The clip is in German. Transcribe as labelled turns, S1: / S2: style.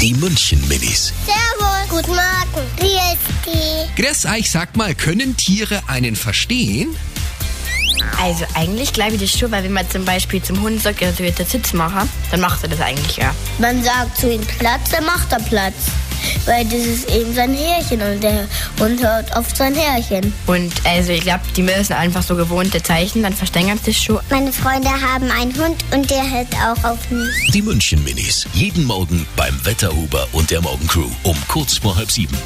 S1: Die München-Minis.
S2: Servus. Guten Morgen. Wie ist die?
S1: Grüß euch, ah, sag mal, können Tiere einen verstehen?
S3: Also eigentlich glaube ich das schon, weil wenn man zum Beispiel zum Hund sagt, er soll jetzt den Sitz machen, dann macht er das eigentlich, ja.
S2: Man sagt zu ihm Platz, dann macht er Platz. Weil das ist eben sein Härchen und der Hund hört auf sein Härchen.
S3: Und also ich glaube, die müssen einfach so gewohnte Zeichen, dann verstehen sie das schon.
S2: Meine Freunde haben einen Hund und der hält auch auf mich.
S1: Die München-Minis. Jeden Morgen beim Wetterhuber und der Morgencrew um kurz vor halb sieben.